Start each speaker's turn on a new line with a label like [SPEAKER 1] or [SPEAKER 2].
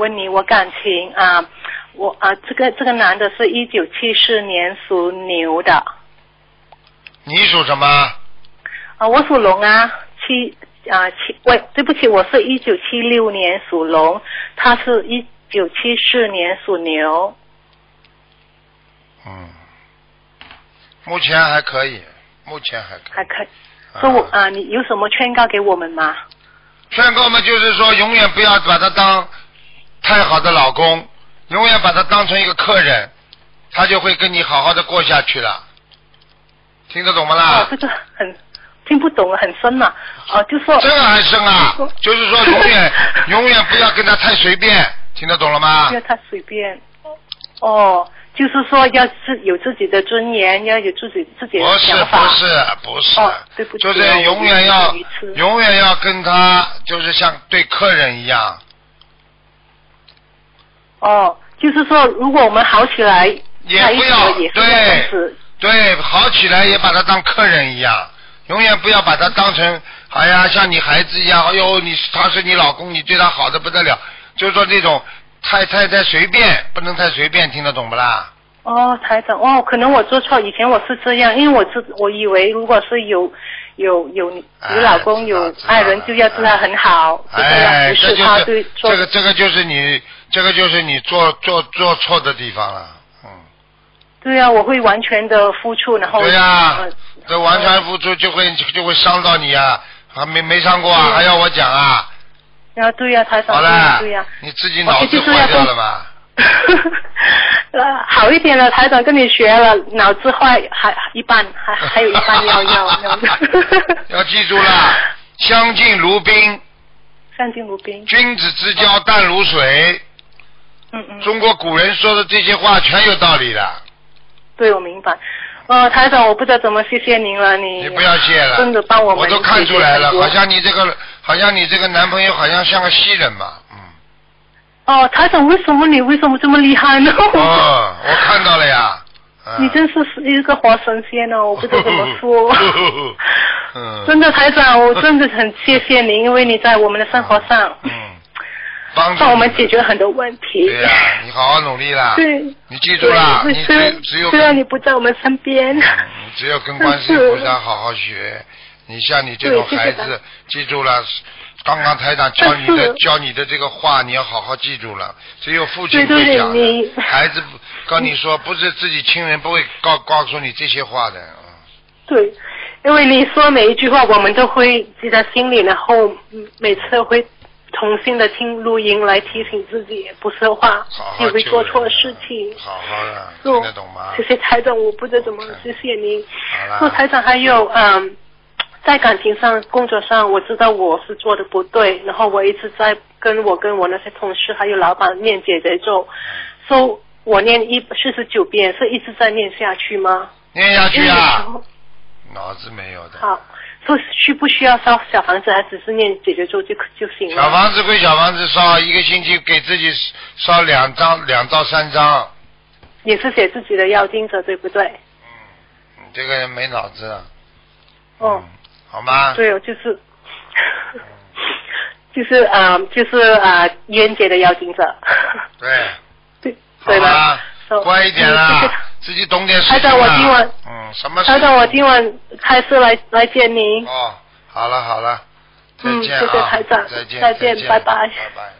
[SPEAKER 1] 问你我感情啊，我啊这个这个男的是一九七四年属牛的
[SPEAKER 2] 你属什么？
[SPEAKER 1] 啊，我属龙啊，七啊七，喂，对不起，我是一九七六年属龙，他是一九七四年属牛，
[SPEAKER 2] 嗯，目前还可以，目前还可
[SPEAKER 1] 还
[SPEAKER 2] 以。
[SPEAKER 1] 可以。
[SPEAKER 2] 啊
[SPEAKER 1] 说我啊，你有什么劝告给我们吗？
[SPEAKER 2] 劝告嘛，就是说永远不要把他当太好的老公，永远把他当成一个客人，他就会跟你好好的过下去了。听得懂吗
[SPEAKER 1] 哦，？
[SPEAKER 2] 啦
[SPEAKER 1] 这个很听不懂，很深了、哦、嗯就说
[SPEAKER 2] 这个还深啊，就是说永 远永远不要跟他太随便，听得懂了吗
[SPEAKER 1] 不要？太随便。哦，就是说要自有自己的尊严，要有自己自己
[SPEAKER 2] 不
[SPEAKER 1] 的
[SPEAKER 2] 是
[SPEAKER 1] 想
[SPEAKER 2] 不
[SPEAKER 1] 法。
[SPEAKER 2] 是不是，
[SPEAKER 1] 哦对不起
[SPEAKER 2] 就
[SPEAKER 1] 啊
[SPEAKER 2] 是
[SPEAKER 1] 我
[SPEAKER 2] 永远要
[SPEAKER 1] 我愚痴
[SPEAKER 2] 永远要跟他就是像对客人一样，
[SPEAKER 1] 哦，就是说如果我们好起来，
[SPEAKER 2] 也
[SPEAKER 1] 在一
[SPEAKER 2] 不
[SPEAKER 1] 起
[SPEAKER 2] 要
[SPEAKER 1] 了也是
[SPEAKER 2] 对
[SPEAKER 1] 这样子。
[SPEAKER 2] 对，好起来也把他当客人一样，永远不要把他当成，哎呀，像你孩子一样，哎呦，你他是你老公，你对他好的不得了，就是说这种太太太随便，不能太随便，听得懂不啦？
[SPEAKER 1] 哦，台长，哦，可能我做错，以前我是这样，因为我知我以为如果是有有有
[SPEAKER 2] 哎
[SPEAKER 1] 有老公、
[SPEAKER 2] 知道
[SPEAKER 1] 有
[SPEAKER 2] 知道
[SPEAKER 1] 爱人，就要对他很好，就这样，
[SPEAKER 2] 哎
[SPEAKER 1] 不，
[SPEAKER 2] 这
[SPEAKER 1] 是
[SPEAKER 2] 就
[SPEAKER 1] 他对
[SPEAKER 2] 是
[SPEAKER 1] 做
[SPEAKER 2] 这个这个就是你这个就是你做做做错的地方了，嗯，
[SPEAKER 1] 对呀、我会完全的付出，然后
[SPEAKER 2] 对呀、
[SPEAKER 1] 呃
[SPEAKER 2] 这完全付出就会就会伤到你啊，还没没伤过啊，还要我讲啊？
[SPEAKER 1] 然后对呀、台长，
[SPEAKER 2] 好了，
[SPEAKER 1] 嗯对呀、
[SPEAKER 2] 你自己脑
[SPEAKER 1] 我
[SPEAKER 2] 子
[SPEAKER 1] 就是
[SPEAKER 2] 坏
[SPEAKER 1] 要
[SPEAKER 2] 掉
[SPEAKER 1] 跟
[SPEAKER 2] 了吧？
[SPEAKER 1] 呃，好一点了，台长跟你学了，脑子坏还一半，还还有一半要要 要。
[SPEAKER 2] 要记住了，相敬如宾，
[SPEAKER 1] 上进如宾，
[SPEAKER 2] 君子之交淡如水。
[SPEAKER 1] 嗯嗯，
[SPEAKER 2] 中国古人说的这些话全有道理的，
[SPEAKER 1] 对，我明白。呃，台长，我不知道怎么谢谢您了，你
[SPEAKER 2] 你不要谢了。
[SPEAKER 1] 真的帮我
[SPEAKER 2] 我
[SPEAKER 1] 们
[SPEAKER 2] 都看出来了，
[SPEAKER 1] 解决很多
[SPEAKER 2] 好像你这个，好像你这个男朋友好像像个西人嘛，嗯，
[SPEAKER 1] 哦，台长，为什么你为什么这么厉害呢？
[SPEAKER 2] 哦，我看到了呀。嗯。
[SPEAKER 1] 你真是是一个活神仙呢、我不知道怎么说
[SPEAKER 2] 嗯
[SPEAKER 1] 真的，台长， 我真的很谢谢您，因为你在我们的生活上
[SPEAKER 2] 嗯，帮助
[SPEAKER 1] 帮我们
[SPEAKER 2] 你
[SPEAKER 1] 解决很多问题。
[SPEAKER 2] 对呀、你好好努力啦。
[SPEAKER 1] 对
[SPEAKER 2] 你记住啦，
[SPEAKER 1] 对
[SPEAKER 2] 你
[SPEAKER 1] 虽
[SPEAKER 2] 只
[SPEAKER 1] 然
[SPEAKER 2] 只有
[SPEAKER 1] 虽然你不在我们身边，
[SPEAKER 2] 你只有跟观世音菩萨好好学。你像你这种
[SPEAKER 1] 对谢谢
[SPEAKER 2] 孩子，记住了，刚刚台长教你
[SPEAKER 1] 但
[SPEAKER 2] 的
[SPEAKER 1] 是
[SPEAKER 2] 教你的这个话，你要好好记住了。只有父亲
[SPEAKER 1] 对对
[SPEAKER 2] 会
[SPEAKER 1] 对
[SPEAKER 2] 讲
[SPEAKER 1] 你
[SPEAKER 2] 的，孩子不跟你说，不是自己亲人不会告告诉你这些话的。嗯
[SPEAKER 1] 对，因为你说每一句话，我们都会记在心里，然后嗯每次会重新的听录音来提醒自己不说话
[SPEAKER 2] 好，好
[SPEAKER 1] 也会
[SPEAKER 2] 救
[SPEAKER 1] 做
[SPEAKER 2] 人
[SPEAKER 1] 错
[SPEAKER 2] 啊
[SPEAKER 1] 事情。
[SPEAKER 2] 好好的，
[SPEAKER 1] 是我
[SPEAKER 2] 听得懂吗？
[SPEAKER 1] 谢谢台长，我不知道怎么谢谢您。
[SPEAKER 2] 好啦
[SPEAKER 1] 说台长还有嗯，在感情上、工作上，我知道我是做的不对，然后我一直在跟我跟我那些同事还有老板念姐姐
[SPEAKER 2] 嗯
[SPEAKER 1] 咒，说我念一四十九遍，是一直在念下去吗？
[SPEAKER 2] 念下去
[SPEAKER 1] 因
[SPEAKER 2] 啊
[SPEAKER 1] 为有时，候嗯
[SPEAKER 2] 脑子没有的。
[SPEAKER 1] 好，说需不需要烧小房子，还只是念姐姐咒就可就行
[SPEAKER 2] 小
[SPEAKER 1] 了？
[SPEAKER 2] 房子归小房子烧，一个星期给自己烧两张，两到三张。
[SPEAKER 1] 也是写自己的要经者，对不对？
[SPEAKER 2] 你这个人没脑子啊。
[SPEAKER 1] 哦。
[SPEAKER 2] 嗯好吗？
[SPEAKER 1] 对，我哦就是，就是啊、呃就是啊、呃冤结的邀请者，
[SPEAKER 2] 对，
[SPEAKER 1] 对
[SPEAKER 2] 好
[SPEAKER 1] 对
[SPEAKER 2] 吧
[SPEAKER 1] 吧？So，
[SPEAKER 2] 乖一点
[SPEAKER 1] 嗯谢
[SPEAKER 2] 啦
[SPEAKER 1] 谢，
[SPEAKER 2] 自己懂点事
[SPEAKER 1] 台
[SPEAKER 2] 情
[SPEAKER 1] 长我
[SPEAKER 2] 啦
[SPEAKER 1] 今晚
[SPEAKER 2] 嗯，什么事？
[SPEAKER 1] 台长，我今晚开车来来见您。
[SPEAKER 2] 哦，好了好了，再
[SPEAKER 1] 嗯
[SPEAKER 2] 见啊！
[SPEAKER 1] 谢谢台长
[SPEAKER 2] 再见，
[SPEAKER 1] 再见拜拜
[SPEAKER 2] 拜拜。